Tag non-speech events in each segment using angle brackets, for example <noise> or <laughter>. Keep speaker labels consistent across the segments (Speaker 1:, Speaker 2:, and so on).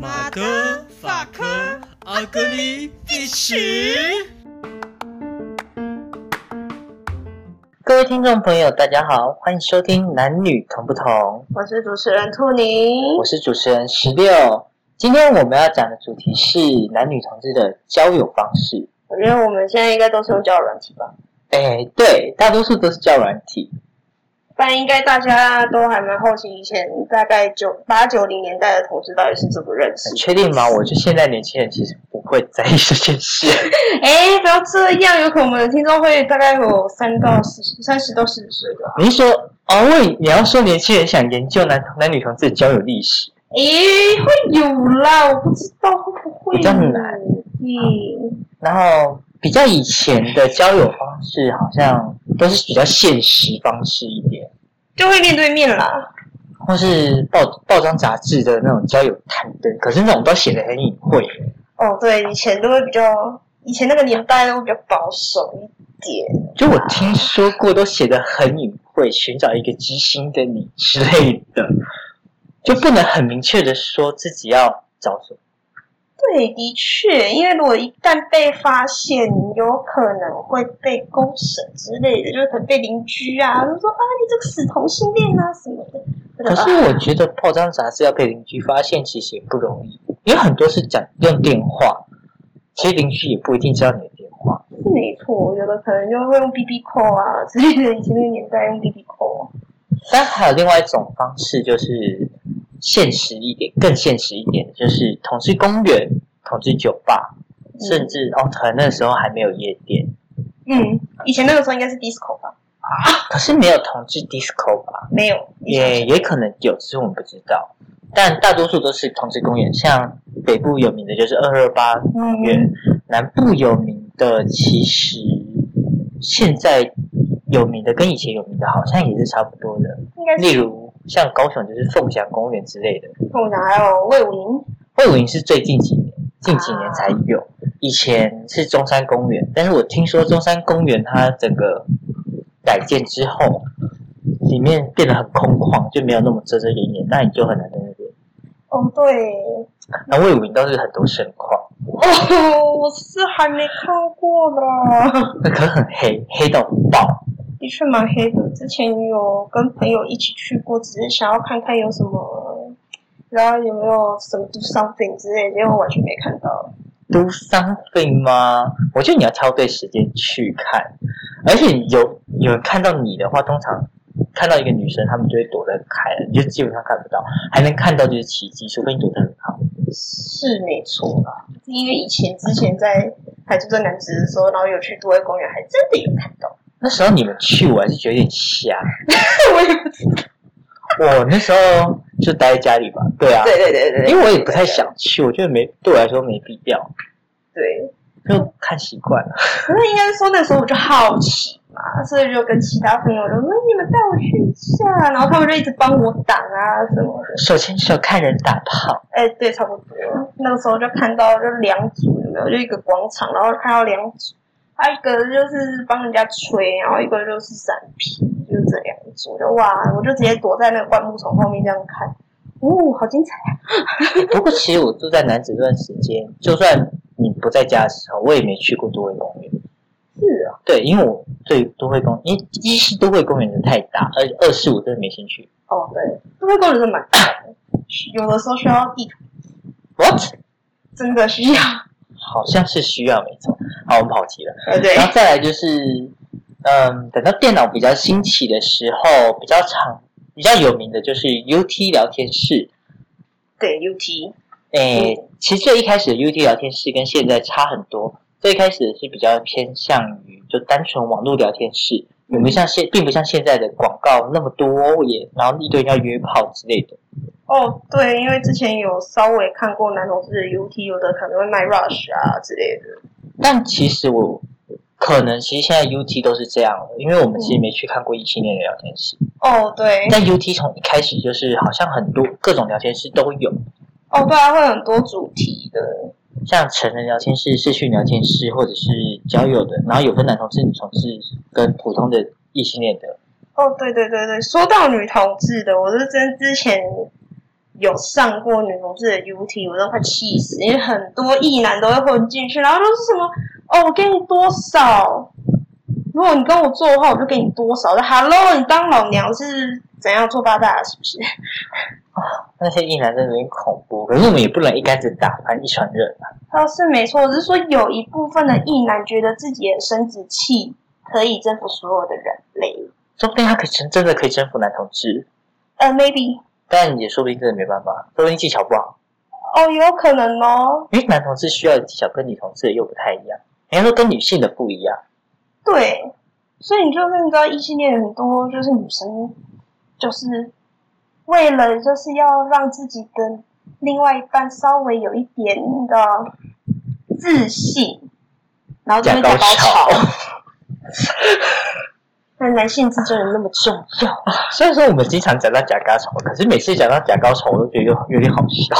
Speaker 1: 马德法科阿格里历史。
Speaker 2: 各位听众朋友，大家好，欢迎收听《男女同不同》，
Speaker 3: 我是主持人兔妮，
Speaker 2: 我是主持人十六。今天我们要讲的主题是男女同志的交友方式。
Speaker 3: 我觉得我们现在应该都是用交友软体吧？
Speaker 2: 哎，对，大多数都是交友软体。
Speaker 3: 不然应该大家都还蛮好奇，以前大概九八九零年代的同志到底是怎么认识
Speaker 2: 你
Speaker 3: <laughs> 的？
Speaker 2: 确定吗？我就现在年轻人其实不会在意这件事。
Speaker 3: 哎，不要这样，有可能我们的听众会大概有三到四十、三十到四十岁的啊。
Speaker 2: 你是说，哦，喂，你要说年轻人想研究男男女同志的交友历史，
Speaker 3: 诶，会有啦，我不知道会不会嗯
Speaker 2: 比较难
Speaker 3: 啊咦，
Speaker 2: 然后比较以前的交友方式好像都是比较现实方式一点。
Speaker 3: 就会面对面啦。
Speaker 2: 或是报报章杂志的那种交友刊登，可是那种都写的很隐晦。
Speaker 3: 哦，对，以前都会比较，以前那个年代都会比较保守一点。
Speaker 2: 就我听说过，都写的很隐晦，寻找一个知心的你之类的，就不能很明确的说自己要找什么。
Speaker 3: 对，的确，因为如果一旦被发现，有可能会被公审之类的，就是可能被邻居啊，就说啊，你这个死同性恋啊什么的。
Speaker 2: 可
Speaker 3: 啊
Speaker 2: 是我觉得报章杂志要被邻居发现，其实也不容易，因为很多是讲用电话，其实邻居也不一定知道你的电话。
Speaker 3: 是没错，有的可能就会用 BB call 啊之类的，以前那个年代用 BB call。啊
Speaker 2: 但还有另外一种方式，就是现实一点、更现实一点的，就是同志公园、同志酒吧，甚至哦，可能那时候还没有夜店，
Speaker 3: 嗯，以前那个时候应该是 disco 吧？
Speaker 2: 可是没有同志 disco 吧？
Speaker 3: 没有，
Speaker 2: 也也可能有，只是我们不知道。但大多数都是同志公园，像北部有名的就是二二八
Speaker 3: 嗯
Speaker 2: 公园，南部有名的其实现在有名的跟以前有名的好像也是差不多的，
Speaker 3: 应该
Speaker 2: 例
Speaker 3: 是
Speaker 2: 如像高雄就是凤翔公园之类的。
Speaker 3: 我想还有魏武营。
Speaker 2: 魏武营是最近几年，近几年才有，以前是中山公园，但是我听说中山公园它整个改建之后，里面变得很空旷，就没有那么遮遮掩掩，那你就很难在那边。
Speaker 3: 哦，对，
Speaker 2: 那魏武营都是很多盛况，
Speaker 3: 哦，我是还没看过啦。
Speaker 2: 那可很黑，黑到爆。
Speaker 3: 的确蛮黑的。之前有跟朋友一起去过，只是想要看看有什么，然后有没有什么 do something 之类的，结果完全没看到。
Speaker 2: Do something 吗？我觉得你要挑对时间去看，而且有有人看到你的话，通常看到一个女生，他们就会躲得很开了，你就基本上看不到，还能看到就是奇迹，除非你躲得很好。
Speaker 3: 是没错啦，因为以前之前在海珠镇南直的时候，然后有去都会公园，还真的有看到。
Speaker 2: 那时候你们去，我还是觉得有点瞎。
Speaker 3: <laughs> 我也不知道。
Speaker 2: 我那时候就待在家里吧，对啊，
Speaker 3: 对对对对，
Speaker 2: 因为我也不太想去，我觉得没对我来说没必要，
Speaker 3: 对，
Speaker 2: 就看习惯了。
Speaker 3: 可是应该说那时候我就好奇嘛，所以就跟其他朋友就说你们带我去一下，然后他们就一直帮我挡啊什么的。
Speaker 2: 手牵手看人打炮，
Speaker 3: 哎，对，差不多。那个时候就看到就两组有没有，就一个广场，然后看到两组，还有一个就是帮人家吹，然后一个就是闪皮，就是这两组。就哇，我就直接躲在那个灌木丛后面这样看，哦，好精彩啊！
Speaker 2: 不过其实我住在南子这段时间，就算你不在家的时候，我也没去过都会公园。
Speaker 3: 是啊，
Speaker 2: 对，因为我对都会公，因为一是都会公园真的太大，而二是我真的没兴趣。
Speaker 3: 哦对，都会公园真的蛮大的，有的时候需要地图，
Speaker 2: What？
Speaker 3: 真的需要。
Speaker 2: 好像是需要没错。好，我们跑题了。
Speaker 3: 哎对
Speaker 2: 然后再来就是，嗯，等到电脑比较兴起的时候，比较常、比较有名的就是 UT 聊天室。
Speaker 3: <laughs> 对，UT
Speaker 2: 诶、其实最一开始的 UT 聊天室跟现在差很多。最一开始的是比较偏向于就单纯网络聊天室，我们像现并不像现在的广告那么多也，然后一堆人要约炮之类的。
Speaker 3: 哦对，因为之前有稍微看过男同志的 UT，有的可能会卖 Rush 啊之类的。
Speaker 2: 但其实我可能其实现在 UT 都是这样的，因为我们其实没去看过异性恋的聊天室。
Speaker 3: 哦对，
Speaker 2: 但 UT 从一开始就是好像很多各种聊天室都有，
Speaker 3: 哦对啊，会有很多主题的。
Speaker 2: 像成人聊天室、视讯聊天室，或者是交友的，然后有分男同志、女同志跟普通的异性恋的。
Speaker 3: 哦，对对对对，说到女同志的，我是真之前有上过女同志的 UT，我都快气死，因为很多异男都会混进去，然后都是什么哦，我给你多少，如果你跟我做的话，我就给你多少。就 Hello，你当老娘是怎样做八大的是不 <laughs> 是？
Speaker 2: 那些异男真的有点恐怖，可是我们也不能一竿子打翻一船人啊。
Speaker 3: 倒是没错，只是说有一部分的异男觉得自己的生殖器可以征服所有的人类，
Speaker 2: 说不定他可以真真的可以征服男同志，
Speaker 3: 呃，maybe
Speaker 2: 但也说不定真的没办法，说不定技巧不好。
Speaker 3: 哦，有可能哦，
Speaker 2: 因为男同志需要的技巧跟女同志又不太一样，应该说跟女性的不一样。
Speaker 3: 对，所以你就是你知道异性恋很多就是女生，就是为了就是要让自己的另外一半稍微有一点那个自信，然后就会
Speaker 2: 假高
Speaker 3: 在高
Speaker 2: 潮
Speaker 3: 潮。那男性自尊有那么重哎要？
Speaker 2: 虽然说我们经常讲到假高潮，可是每次讲到假高潮，我都觉得有有点好笑。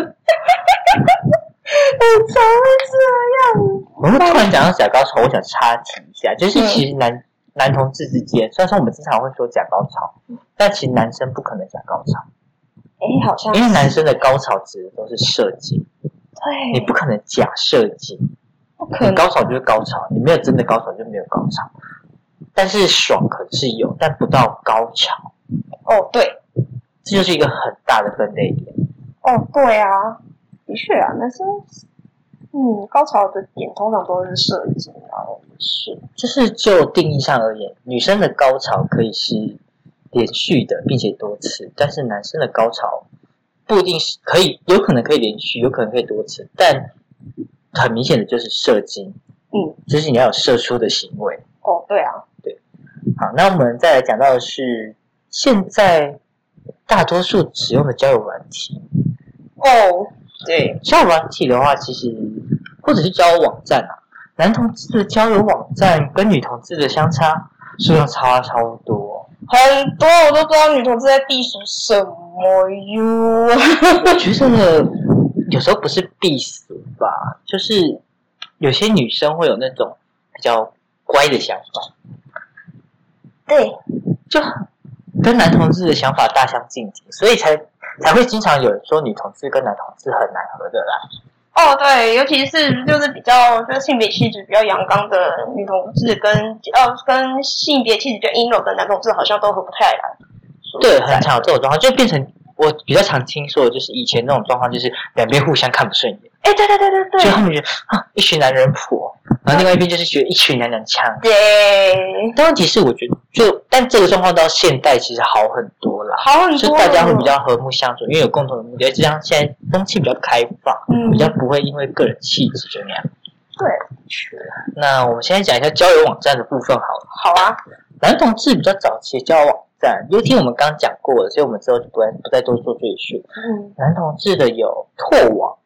Speaker 3: <laughs> 我才会这样。
Speaker 2: 我们突然讲到假高潮，我想插题一下，就是其实男、男同志之间，虽然说我们经常会说假高潮，但其实男生不可能假高潮，
Speaker 3: 哎，好像
Speaker 2: 因为男生的高潮指的都是射精，你
Speaker 3: 对，
Speaker 2: 不可能假射精，
Speaker 3: 不可
Speaker 2: 你
Speaker 3: 能。
Speaker 2: 高潮就是高潮，你没有真的高潮就没有高潮。但是爽可能是有，但不到高潮，
Speaker 3: 哦，对，
Speaker 2: 这就是一个很大的分类点。
Speaker 3: 哦，对啊，的确啊，男生，嗯，高潮的点通常都是射精，然后是
Speaker 2: 就是就定义上而言，女生的高潮可以是连续的，并且多次，但是男生的高潮不一定是可以，有可能可以连续，有可能可以多次，但很明显的就是射精，
Speaker 3: 嗯，
Speaker 2: 就是你要有射出的行为。
Speaker 3: 哦，对啊，
Speaker 2: 好，那我们再来讲到的是现在大多数使用的交友软体，
Speaker 3: 哦，对，
Speaker 2: 交友软体的话，其实或者是交友网站啊，男同志的交友网站跟女同志的相差数量差超多。哦
Speaker 3: 很多我都不知道女同志在避暑什么哟。
Speaker 2: 我觉得有时候不是必死吧，就是有些女生会有那种比较乖的想法，
Speaker 3: 对，
Speaker 2: 就跟男同志的想法大相径庭，所以才才会经常有人说女同志跟男同志很难合的啦。
Speaker 3: 哦，对，尤其是就是比较就是性别气质比较阳刚的女同志跟呃跟性别气质比较阴柔的男同志好像都合不太来。说
Speaker 2: 对，
Speaker 3: 实在
Speaker 2: 很常有这种状况，就变成我比较常听说的就是以前那种状况，就是两边互相看不顺眼，
Speaker 3: 哎，对对对
Speaker 2: 所
Speaker 3: 对
Speaker 2: 以
Speaker 3: 对
Speaker 2: 他，们觉得啊，一群男人婆，然后另外一边就是觉得一群娘娘腔。
Speaker 3: 对，
Speaker 2: 但问题是，我觉得就但这个状况到现代其实好很多啦。
Speaker 3: 好很
Speaker 2: 就
Speaker 3: 多了，哦
Speaker 2: 大家会比较和睦相处，因为有共同的目标，就像现在风气比较开放，
Speaker 3: 嗯
Speaker 2: 比较不会因为个人气质就那样。
Speaker 3: 对，
Speaker 2: 那我们现在讲一下交友网站的部分好了。
Speaker 3: 好啊，
Speaker 2: 男同志比较早期的交友网站，因为听我们刚讲过了，所以我们之后就不再不再多做赘述。
Speaker 3: 嗯，
Speaker 2: 男同志的有拓网，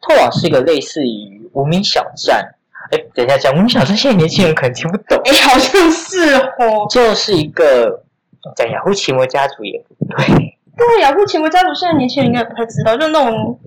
Speaker 2: 拓网是一个类似于无名小站。哎，等一下讲无名小站，现在年轻人可能听不懂，
Speaker 3: 哎，好像是哦。
Speaker 2: 就是一个讲雅虎奇摩家族也不对，
Speaker 3: 对，啊雅虎奇摩家族现在年轻人应该不太知道，就那种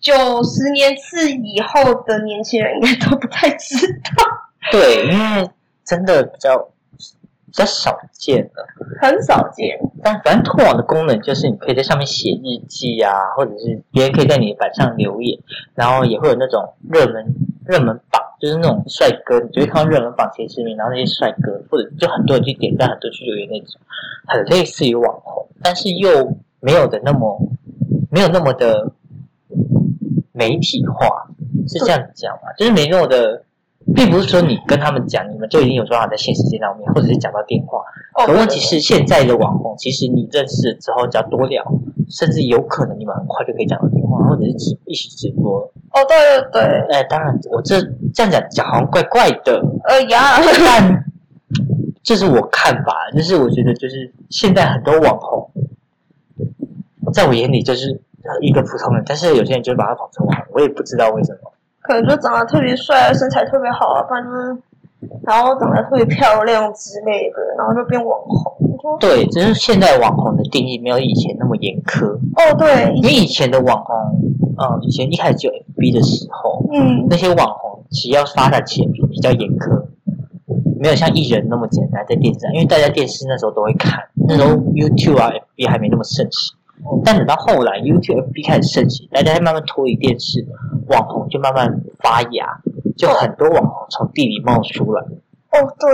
Speaker 3: 九十年次以后的年轻人应该都不太知道，
Speaker 2: 对，因为真的比较比较少见了。
Speaker 3: 很少见。
Speaker 2: 但反正拓网的功能就是你可以在上面写日记啊，或者是别人可以在你的板上留言，然后也会有那种热门热门榜，就是那种帅哥，你就会看到热门榜前十名，然后那些帅哥或者就很多人去点赞，很多人去留言那种，很类似于网红，但是又没有的那么没有那么的媒体化，是这样子讲吗？就是没那么的。并不是说你跟他们讲，你们就已经有办法在现实见到面，或者是讲到电话，
Speaker 3: 哦，
Speaker 2: 可问题是，现在的网红，其实你认识了之后，只要多聊，甚至有可能你们很快就可以讲到电话，或者是直一起直播。
Speaker 3: 哦，对对对，
Speaker 2: 哎，当然，我这这样讲讲好像怪怪的，
Speaker 3: 呃呀，
Speaker 2: 但这是我看法，就是我觉得就是现在很多网红，在我眼里就是一个普通人，但是有些人就把他捧成网红，我也不知道为什么。
Speaker 3: <laughs> 可能就长得特别帅，身材特别好啊，不然就是。然后长得特别漂亮之类的，然后就变网红。就
Speaker 2: 对，只是现在网红的定义没有以前那么严苛，
Speaker 3: 哦，对，
Speaker 2: 因为以前的网红，嗯，以前一开始就 FB 的时候，
Speaker 3: 嗯，
Speaker 2: 那些网红只要发展起来比较严苛，没有像艺人那么简单，在电视上，因为大家电视那时候都会看，那时候 YouTube 啊、FB 还没那么盛行。但等到后来 YouTube、FB 开始盛行，大家慢慢脱离电视，网红就慢慢发芽，就很多网红从地里冒出来。
Speaker 3: 哦，对，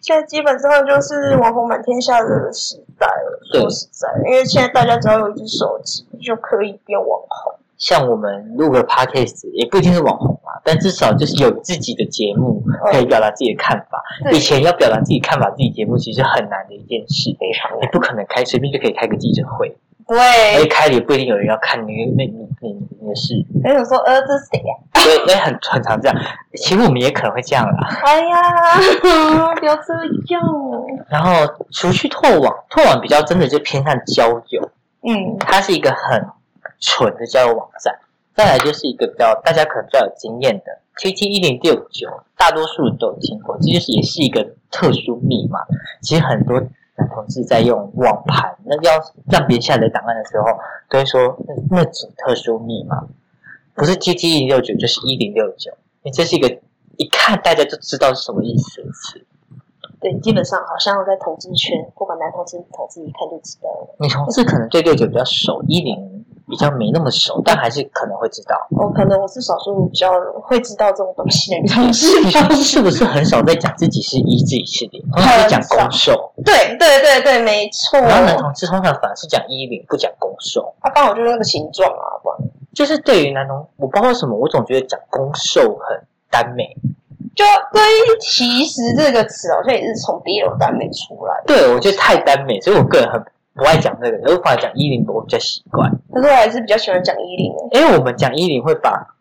Speaker 3: 现在基本上就是网红满天下的时代了。
Speaker 2: 对
Speaker 3: 说实在，因为现在大家只要有一只手机就可以变网红。
Speaker 2: 像我们录个 podcast，也不一定是网红啊，但至少就是有自己的节目，
Speaker 3: 嗯
Speaker 2: 可以表达自己的看法。以前要表达自己看法、自己节目，其实很难的一件事。
Speaker 3: 非常
Speaker 2: 你
Speaker 3: 难。哎
Speaker 2: 不可能开随便就可以开个记者会，而且
Speaker 3: 对，
Speaker 2: 开了也不一定有人要看你那你你你的事，
Speaker 3: 很想说，呃，这是谁呀、
Speaker 2: 所以那很很常这样。其实我们也可能会这样啦。
Speaker 3: 哎呀， <laughs> 不要这样。
Speaker 2: 然后除去拓网，拓网比较真的就偏向交友，
Speaker 3: 嗯，
Speaker 2: 它是一个很纯的交友网站。再来就是一个比较大家可能比较有经验的 TT 一零六九，大多数人都有听过，这就是也是一个特殊密码。其实很多男同志在用网盘，那要让别人下载档案的时候，都会说那那组特殊密码，不是 TT 一零六九就是一零六九，你这是一个一看大家就知道是什么意思的词。
Speaker 3: 对，基本上好像在同志圈，不管男同志、女同志，一看就知道了。
Speaker 2: 女同志可能对六九比较熟，一零比较没那么熟，但还是可能会知道。
Speaker 3: 哦，可能我是少数比较会知道这种东西的女同志。
Speaker 2: 女同志是不是很少在讲自己是一至一是零，通常是讲公受，
Speaker 3: <laughs> 对对对对，没错。
Speaker 2: 然后男同志通常反而是讲一零，不讲公受。
Speaker 3: 他刚好就是那个形状啊，不然
Speaker 2: 就是对于男同，我不知道为什么，我总觉得讲公受很耽美。
Speaker 3: 就对，其实这个词好像也是从 BL 耽美出来的，
Speaker 2: 对，我觉得太耽美，所以我个人很不爱讲这个，我反而讲一零我比较习惯。
Speaker 3: 可是我还是比较喜欢讲一零的。
Speaker 2: 因为我们讲一零会把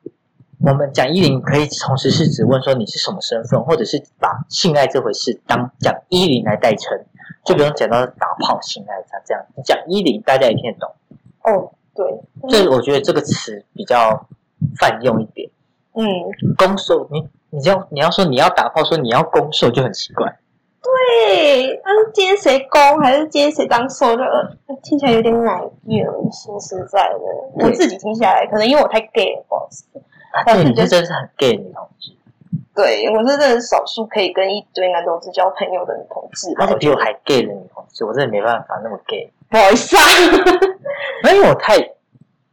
Speaker 2: 我们讲一零可以同时是指问说你是什么身份，或者是把性爱这回事当讲一零来代称，就不用讲到打炮性爱这样这样。你讲一零大家也听得懂，
Speaker 3: 哦，对，
Speaker 2: 这我觉得这个词比较泛用一点。
Speaker 3: 嗯，
Speaker 2: 攻受你。你要你要说你要打炮，说你要攻受就很奇怪。
Speaker 3: 对，嗯，今天谁攻还是今天谁当受，就呃听起来有点奶油。说实在的，
Speaker 2: 对
Speaker 3: 我自己听下来，可能因为我太 gay 了，不好意思。
Speaker 2: 啊、
Speaker 3: 但是
Speaker 2: 对，你
Speaker 3: 就
Speaker 2: 这
Speaker 3: 是
Speaker 2: 真是很 gay 的女同志，
Speaker 3: 对我是真的是少数可以跟一堆男同志交朋友的女同志吧
Speaker 2: 她是，比我还 gay 的女同志，我真的没办法那么 gay。
Speaker 3: 不好意思啊。
Speaker 2: 因为我太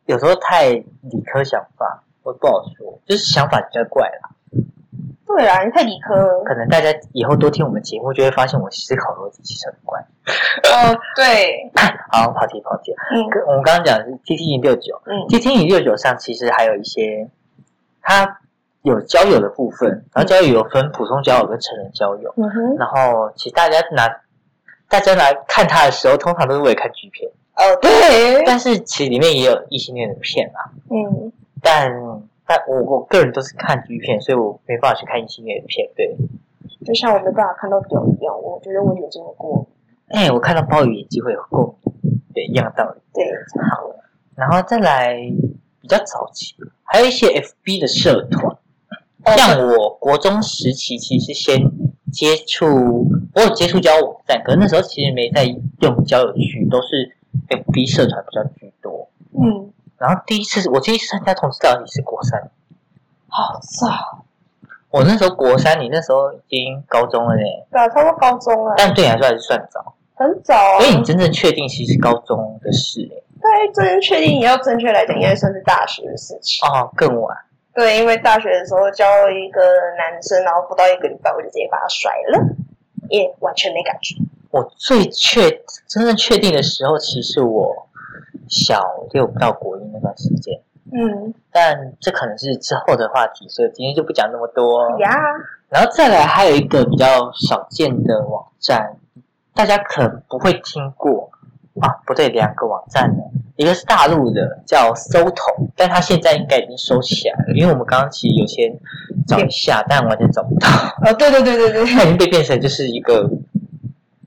Speaker 2: 有时候太理科想法，我不好说，就是想法比较怪啦。
Speaker 3: <laughs> 对啦，你太理科了。
Speaker 2: 可能大家以后多听我们节目，就会发现我思考逻辑其实很怪。 <coughs>
Speaker 3: 哦，对，
Speaker 2: 好，跑题跑题。
Speaker 3: 嗯
Speaker 2: 跟我们刚刚讲的是 T T 零六九
Speaker 3: 嗯
Speaker 2: ，T T 零六九上其实还有一些，它有交友的部分，然后交友有分普通交友跟成人交友。
Speaker 3: 嗯哼，
Speaker 2: 然后其实大家拿大家来看它的时候，通常都是为了看 G 片，
Speaker 3: 哦，对，
Speaker 2: 但是其实里面也有异性恋的片啊。
Speaker 3: 嗯。
Speaker 2: 但但我我个人都是看 G 片，所以我没办法去看异性恋的片。对，
Speaker 3: 就像我没办法看到表一样，我觉得我眼睛有过
Speaker 2: 哎、我看到鲍鱼眼睛会有过敏，对，一样的道理。
Speaker 3: 对，正常了。
Speaker 2: 然后再来比较早期，还有一些 FB 的社团，像我国中时期其实先接触，我有接触交友网站，可是那时候其实没在用交友区，都是 FB 社团比较居多。
Speaker 3: 嗯，
Speaker 2: 然后第一次我第一次参加同志大游行是国三，
Speaker 3: 好早，
Speaker 2: 我那时候国三，你那时候已经高中了嘞，
Speaker 3: 对啊，差不多高中了，
Speaker 2: 但对你来说还是算早。
Speaker 3: 很早啊
Speaker 2: 所。以你真正确定其实高中的事欸
Speaker 3: 对，真确定你要正确来讲，应该算是大学的事情。
Speaker 2: 哦，更晚
Speaker 3: 对，因为大学的时候交了一个男生，然后不到一个礼拜我就直接把他甩了，也完全没感觉。
Speaker 2: 我最确真正确定的时候，其实我小六到国一那段时间，
Speaker 3: 嗯
Speaker 2: 但这可能是之后的话题，所以今天就不讲那么多。
Speaker 3: 呀，
Speaker 2: 然后再来还有一个比较少见的网站，大家可能不会听过啊，不对，两个网站呢，一个是大陆的叫搜头，但它现在应该已经收起来了，因为我们刚刚其实有先找一下，但完全找不到。
Speaker 3: 哦，对对对对对，
Speaker 2: 它已经被变成就是一个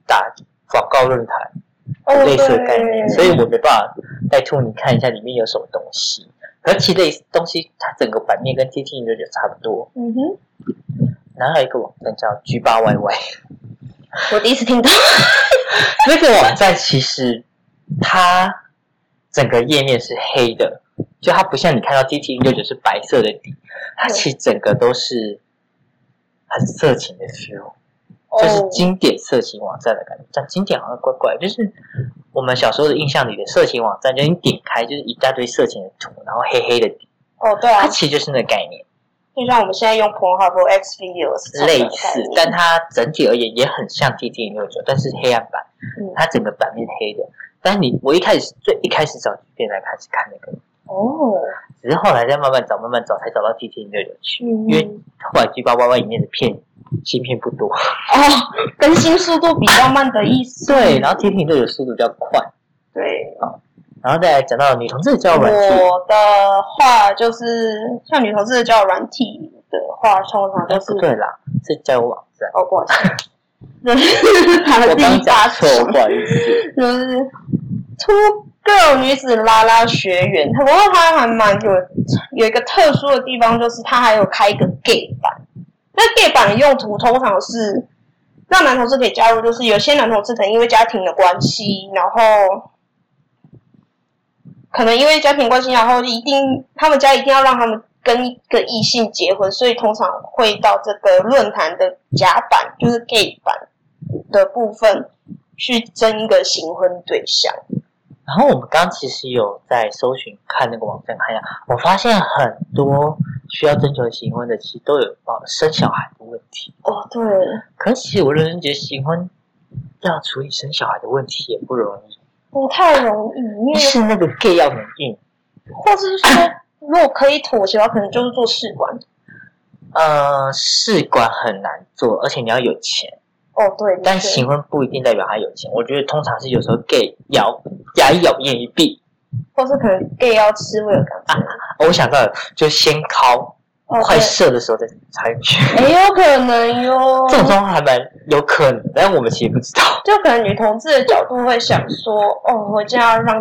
Speaker 2: 打广告论坛
Speaker 3: 哦
Speaker 2: 类似的概念，
Speaker 3: 对，
Speaker 2: 所以我没办法拜托你看一下里面有什么东西。而其类东西，它整个版面跟 T T 有点差不多。
Speaker 3: 嗯哼，
Speaker 2: 然后还有一个网站叫 G 八 Y
Speaker 3: <laughs>
Speaker 2: Y，
Speaker 3: 我第一次听到，
Speaker 2: 那个网站其实它整个页面是黑的，就它不像你看到 T T 六九是白色的底，它其实整个都是很色情的 feel，
Speaker 3: 哦
Speaker 2: 就是经典色情网站的感觉。但经典好像怪怪，就是我们小时候的印象里的色情网站，就是你点开就是一大堆色情的图，然后黑黑的底，
Speaker 3: 哦，对啊
Speaker 2: 它，其实就是那个概念，
Speaker 3: 就像我们现在用 Pornhub 或 Xvideos
Speaker 2: 类似，但它整体而言也很像 T T 六九，但是黑暗版，
Speaker 3: 嗯
Speaker 2: 它整个版面黑的。但你我一开始最一开始找片来看是看那个，
Speaker 3: 哦，
Speaker 2: 只是后来再慢慢找慢慢找才找到 T T 六九去，
Speaker 3: 嗯
Speaker 2: 因为后来 G 八 Y Y 里面的片芯片不
Speaker 3: <laughs>
Speaker 2: 多，
Speaker 3: 哦，更新速度比较慢的意思。
Speaker 2: 对，然后 T T 六九速度比较快。
Speaker 3: 对，
Speaker 2: 然后再来讲到女同志的交友软件，
Speaker 3: 我的话就是像女同志的交友软体的话，通常都是
Speaker 2: 哦不对啦，是交友网站。
Speaker 3: 哦，不好意
Speaker 2: <laughs>
Speaker 3: 思， <laughs> 就是他
Speaker 2: 我
Speaker 3: 的第
Speaker 2: 刚
Speaker 3: 一
Speaker 2: 讲
Speaker 3: 把
Speaker 2: 错，不好意思。
Speaker 3: 就是秃 girl 嗯女子拉拉学员，不过它还蛮有有一个特殊的地方，就是它还有开一个 gay 版。那 gay 版的用途通常是让男同志可以加入，就是有些男同志可能因为家庭的关系，然后可能因为家庭关系，然后一定他们家一定要让他们跟一个异性结婚，所以通常会到这个论坛的甲版，就是 gay 版的部分去争一个行婚对象。
Speaker 2: 然后我们刚刚其实有在搜寻看那个网站看一下，我发现很多需要征求行婚的，其实都有报生小孩的问题。
Speaker 3: 哦，对，
Speaker 2: 可是其实我认真觉得行婚要处理生小孩的问题也不容易，
Speaker 3: 不太容易，因为
Speaker 2: 是那个 gay 要很硬。
Speaker 3: 或者是说，如果可以妥协的话，可能就是做试管。
Speaker 2: 呃，试管很难做，而且你要有钱。
Speaker 3: 哦，对，
Speaker 2: 但
Speaker 3: 对
Speaker 2: 行婚不一定代表他有钱，我觉得通常是有时候 gay 咬牙一咬眼一闭。
Speaker 3: 或是可能 gay 要吃为了感觉。
Speaker 2: 哦我想到了，就先敲，
Speaker 3: 哦，
Speaker 2: 快
Speaker 3: 对，
Speaker 2: 射的时候再插进去。
Speaker 3: 也有可能哟。
Speaker 2: 这种状况还蛮有可能，但我们其实不知道。
Speaker 3: 就可能女同志的角度会想说，哦，我这样让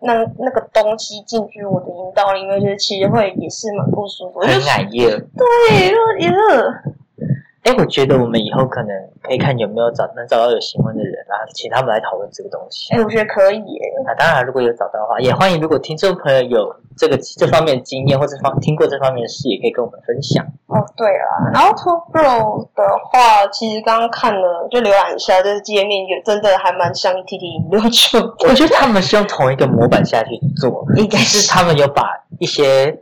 Speaker 3: 那那个东西进去我的阴道里面，就是其实会也是蛮不舒服，就
Speaker 2: 很
Speaker 3: 是
Speaker 2: 难耶。
Speaker 3: 对，就也是
Speaker 2: 哎，我觉得我们以后可能可以看有没有找能找到有行婚的人啊，请他们来讨论这个东西
Speaker 3: 哎、。我觉得可以耶，
Speaker 2: 啊，当然，如果有找到的话，也欢迎。如果听众朋友有这个这方面的经验，或者方听过这方面的事，也可以跟我们分享。
Speaker 3: 哦，对啦，然后 Two Girl 的话，其实刚刚看了，就浏览一下，就是界面也真的还蛮像 T T 零六九，
Speaker 2: 我觉得他们是用同一个模板下去做，
Speaker 3: 应该
Speaker 2: 是他们有把一些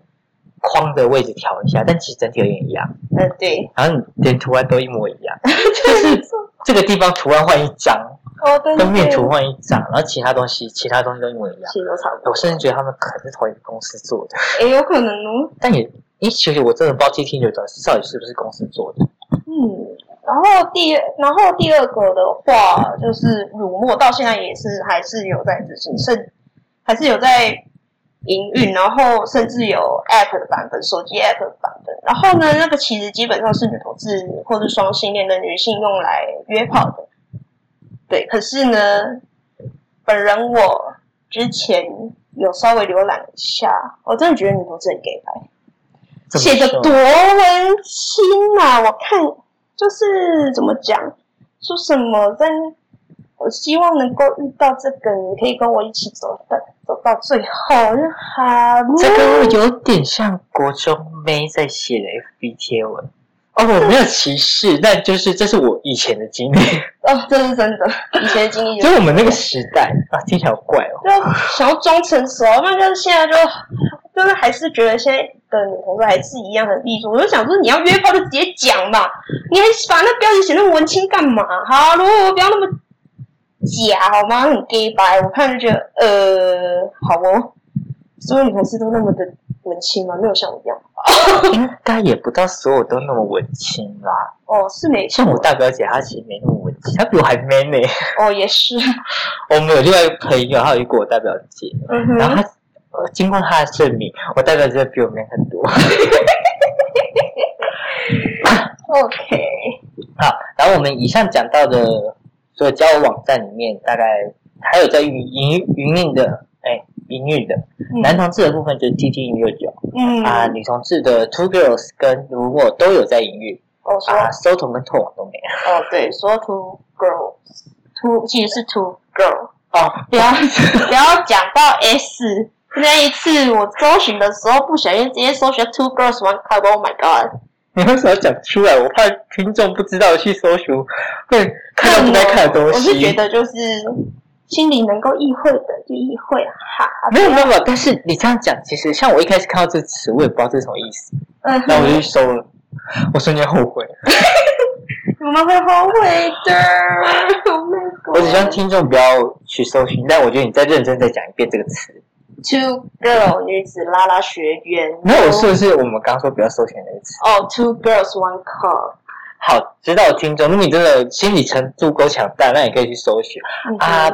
Speaker 2: 框的位置调一下，但其实整体有点一样，
Speaker 3: 嗯，对，
Speaker 2: 然后你连图案都一模一
Speaker 3: <laughs>
Speaker 2: 样，这个地方图案换一张，
Speaker 3: 哦，对，
Speaker 2: 封面图换一张，然后其他东西其他东西都一模一样。
Speaker 3: 其实都差不多
Speaker 2: 我，甚至觉得他们可能是同一个公司做的，
Speaker 3: 也有可能哦，
Speaker 2: 但也诶，其实我真的不知道 T T 九九到底是不是公司做的。
Speaker 3: 嗯，然后第然后第二个的话，就是乳墨到现在也是还是有在执行，甚还是有在营运，然后甚至有 App 的版本，手机 App 的版本。然后呢，那个其实基本上是女同志或者双性恋的女性用来约炮的。对，可是呢，本人我之前有稍微浏览一下，我真的觉得女同志很 gay 白。
Speaker 2: 怎么啊
Speaker 3: 写的
Speaker 2: 说
Speaker 3: 多文青啊！我看就是怎么讲，说什么在，我希望能够遇到这个，你可以跟我一起走到走到最后，我就好
Speaker 2: 这个有点像国中妹在写的 FB 贴文。哦，我没有歧视，但就是这是我以前的经历，
Speaker 3: 哦，这是真的，以前的经历
Speaker 2: 就是我们那个时代啊，听起来好怪哦。
Speaker 3: 就想要装成熟，啊那就是现在就就是还是觉得现在的女同志还是一样很艺术。我就想说，你要约炮就直接讲嘛，你还把那标题写那么文青干嘛？好，如果我不要那么假好吗？很 gay 白，我看就觉得呃，好哦，所有女同志都那么的文青吗？没有像我一样
Speaker 2: 应该也不到所有都那么文青啦。
Speaker 3: 哦，是没
Speaker 2: 像我大表姐，她其实没那么文青，她比我还 man 呢、
Speaker 3: 哦，也是，
Speaker 2: 我们有另外一个朋友，她有一个我大表姐，
Speaker 3: 嗯
Speaker 2: 然后
Speaker 3: 哼，
Speaker 2: 她呃经过她的证明，我大表姐比我 man 很多。
Speaker 3: ，OK，
Speaker 2: 好，然后我们以上讲到的所有交友网站里面，大概还有在运营营运的，哎，营运的嗯男同志的部分就是 T T 零六九
Speaker 3: 嗯，
Speaker 2: 啊，女同志的 Two Girls 跟如墨都有在营运
Speaker 3: 哦说
Speaker 2: 啊，搜同跟拓网都没有。
Speaker 3: 哦对，说 to girl，to 其实是 to girl。
Speaker 2: 哦，
Speaker 3: 不要不要讲到 S。那一次我搜寻的时候不小心直接搜寻 Two Girls One Cup，Oh my God！
Speaker 2: 你为什么要讲出来？我怕听众不知道去搜寻，会 <laughs> 看到不该看的东
Speaker 3: 我是觉
Speaker 2: 西。
Speaker 3: 得就是心里能够意会的就意会啊，哈，
Speaker 2: 没有办法，但是你这样讲，其实像我一开始看到这词，我也不知道这是什么意思，
Speaker 3: 嗯，
Speaker 2: 然后我就去搜了，我瞬间后悔。
Speaker 3: 我们会后悔的。Oh my god！
Speaker 2: 我只希望听众不要去搜寻，但我觉得你再认真再讲一遍这个词。
Speaker 3: Two Girl 女子拉拉学员。
Speaker 2: 没有，是不是我们刚说不要搜寻那个词？
Speaker 3: 哦、t w o Girls One Cup。
Speaker 2: 好，知道的听众，如果你真的心理程度够强大，那你可以去搜寻
Speaker 3: 啊，
Speaker 2: 啊。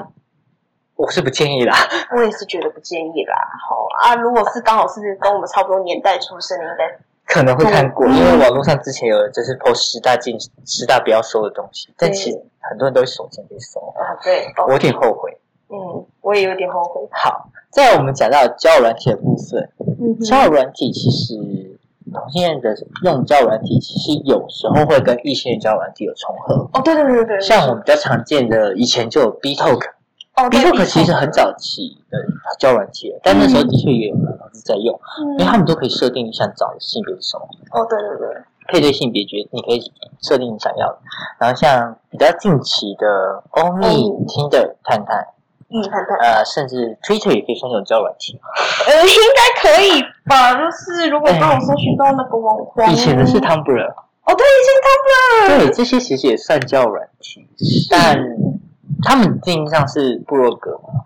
Speaker 2: 我是不建议啦， <laughs>
Speaker 3: 我也是觉得不建议啦。好啊，如果是刚好是跟我们差不多年代出生的，应该
Speaker 2: 可能会看过，
Speaker 3: 嗯
Speaker 2: 因为网络上之前有人就是 PO 十大禁、十大不要搜的东西，但其实很多人都会手贱去搜，
Speaker 3: 啊，对，哦
Speaker 2: 我有点后悔。
Speaker 3: 嗯，我也有点后悔。
Speaker 2: 好，在我们讲到交友软体的部分，
Speaker 3: 嗯哼
Speaker 2: 交友软体其实同性恋的用交友软体，其实有时候会跟异性恋交友软体有重合。
Speaker 3: 哦，对对对对对，
Speaker 2: 像我们比较常见的，以前就有 B Talk，
Speaker 3: 哦
Speaker 2: B
Speaker 3: 对
Speaker 2: Talk 其实很早期的交友软体了，但那时候的确也有人在用，因为他
Speaker 3: 嗯
Speaker 2: 们都可以设定你想找的性别是什么。
Speaker 3: 哦，对对对，
Speaker 2: 配对性别觉，你可以设定你想要的。然后像比较近期的欧米、
Speaker 3: 嗯
Speaker 2: Tinder、探探，
Speaker 3: 嗯，看看，
Speaker 2: 呃，甚至 Twitter 也可以算是有交友软体。
Speaker 3: 呃，应该可以吧？就是如果帮我搜寻到那个网红，
Speaker 2: 以前的是 Tumblr，
Speaker 3: 哦，对，以前他们，
Speaker 2: 对，这些其实也算交友软体，但他们定义上是部落格嘛，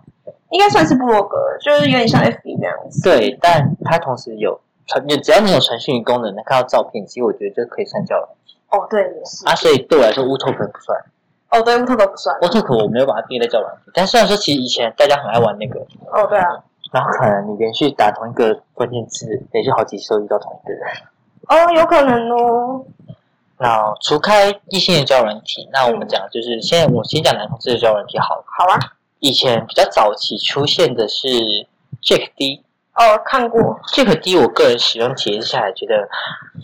Speaker 3: 应该算是部落格，就是有点像 FB 那样子。
Speaker 2: 对，但它同时有传，只要你有传讯功能，能看到照片，其实我觉得就可以算交友软体
Speaker 3: 哦，对，也是。
Speaker 2: 啊。所以对我来说，乌托克不算，
Speaker 3: 哦，对，乌托克不算。
Speaker 2: 乌托克我没有把它定义在交友软体。但虽然说，其实以前大家很爱玩那个，
Speaker 3: 哦，对啊。
Speaker 2: 然后可能你连续打同一个关键字，连续好几次都遇到同一个人。
Speaker 3: 哦，有可能哦。
Speaker 2: 那除开异性的交友软体，那我们讲就是现在我先讲男同志的交友软体好了。
Speaker 3: 好啊。
Speaker 2: 以前比较早期出现的是 Jack D。
Speaker 3: 哦，看过。
Speaker 2: Jack D，我个人使用体验下来觉得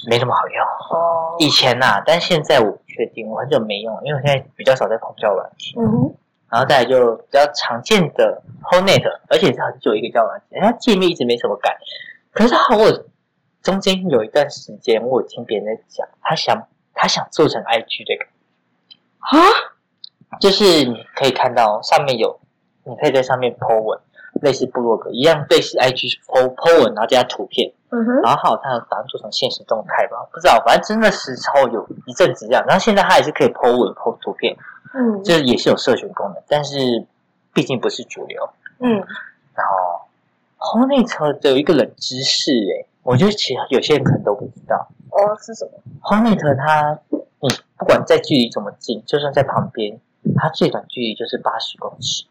Speaker 2: 没什么好用。
Speaker 3: 哦。
Speaker 2: 以前呐、但现在我不确定，我很久没用了，因为我现在比较少在碰交友软体。
Speaker 3: 嗯哼。
Speaker 2: 然后再来就比较常见的 Hornet，而且是很久一个交友软件，它界面一直没什么改。可是它和我中间有一段时间，我有听别人在讲，他想他想做成 IG 这个，
Speaker 3: 啊？
Speaker 2: 就是你可以看到上面有，你可以在上面 po 文，类似部落格一样，类似 IG po po 文，然后加图片，
Speaker 3: 嗯哼。
Speaker 2: 然后还有它有打算做成现实动态吧，不知道，反正真的时候有一阵子这样，然后现在它也是可以 po 文 po 图片，
Speaker 3: 嗯。
Speaker 2: 就是也是有社群功能，但是毕竟不是主流。
Speaker 3: 嗯。
Speaker 2: 然后红内车的有一个冷知识、欸，我觉得其实有些人可能都不知道，
Speaker 3: 哦，是什么？
Speaker 2: 红内车它，你不管在距离怎么近，就算在旁边，它最短距离就是八十公尺，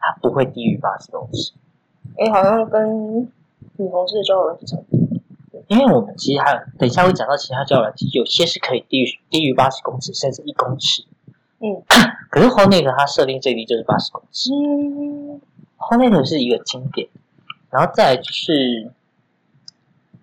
Speaker 2: 它不会低于八十公尺。
Speaker 3: 哎，好像跟女同事交友差不多。
Speaker 2: 因为我们其实还有等一下会讲到其他交友软体，有些是可以低于低于八十公尺，甚至一公尺。
Speaker 3: 嗯，
Speaker 2: 可是 Hornet 它设定最低就是八十公尺
Speaker 3: 嗯。
Speaker 2: ，Hornet 是一个经典，然后再来就是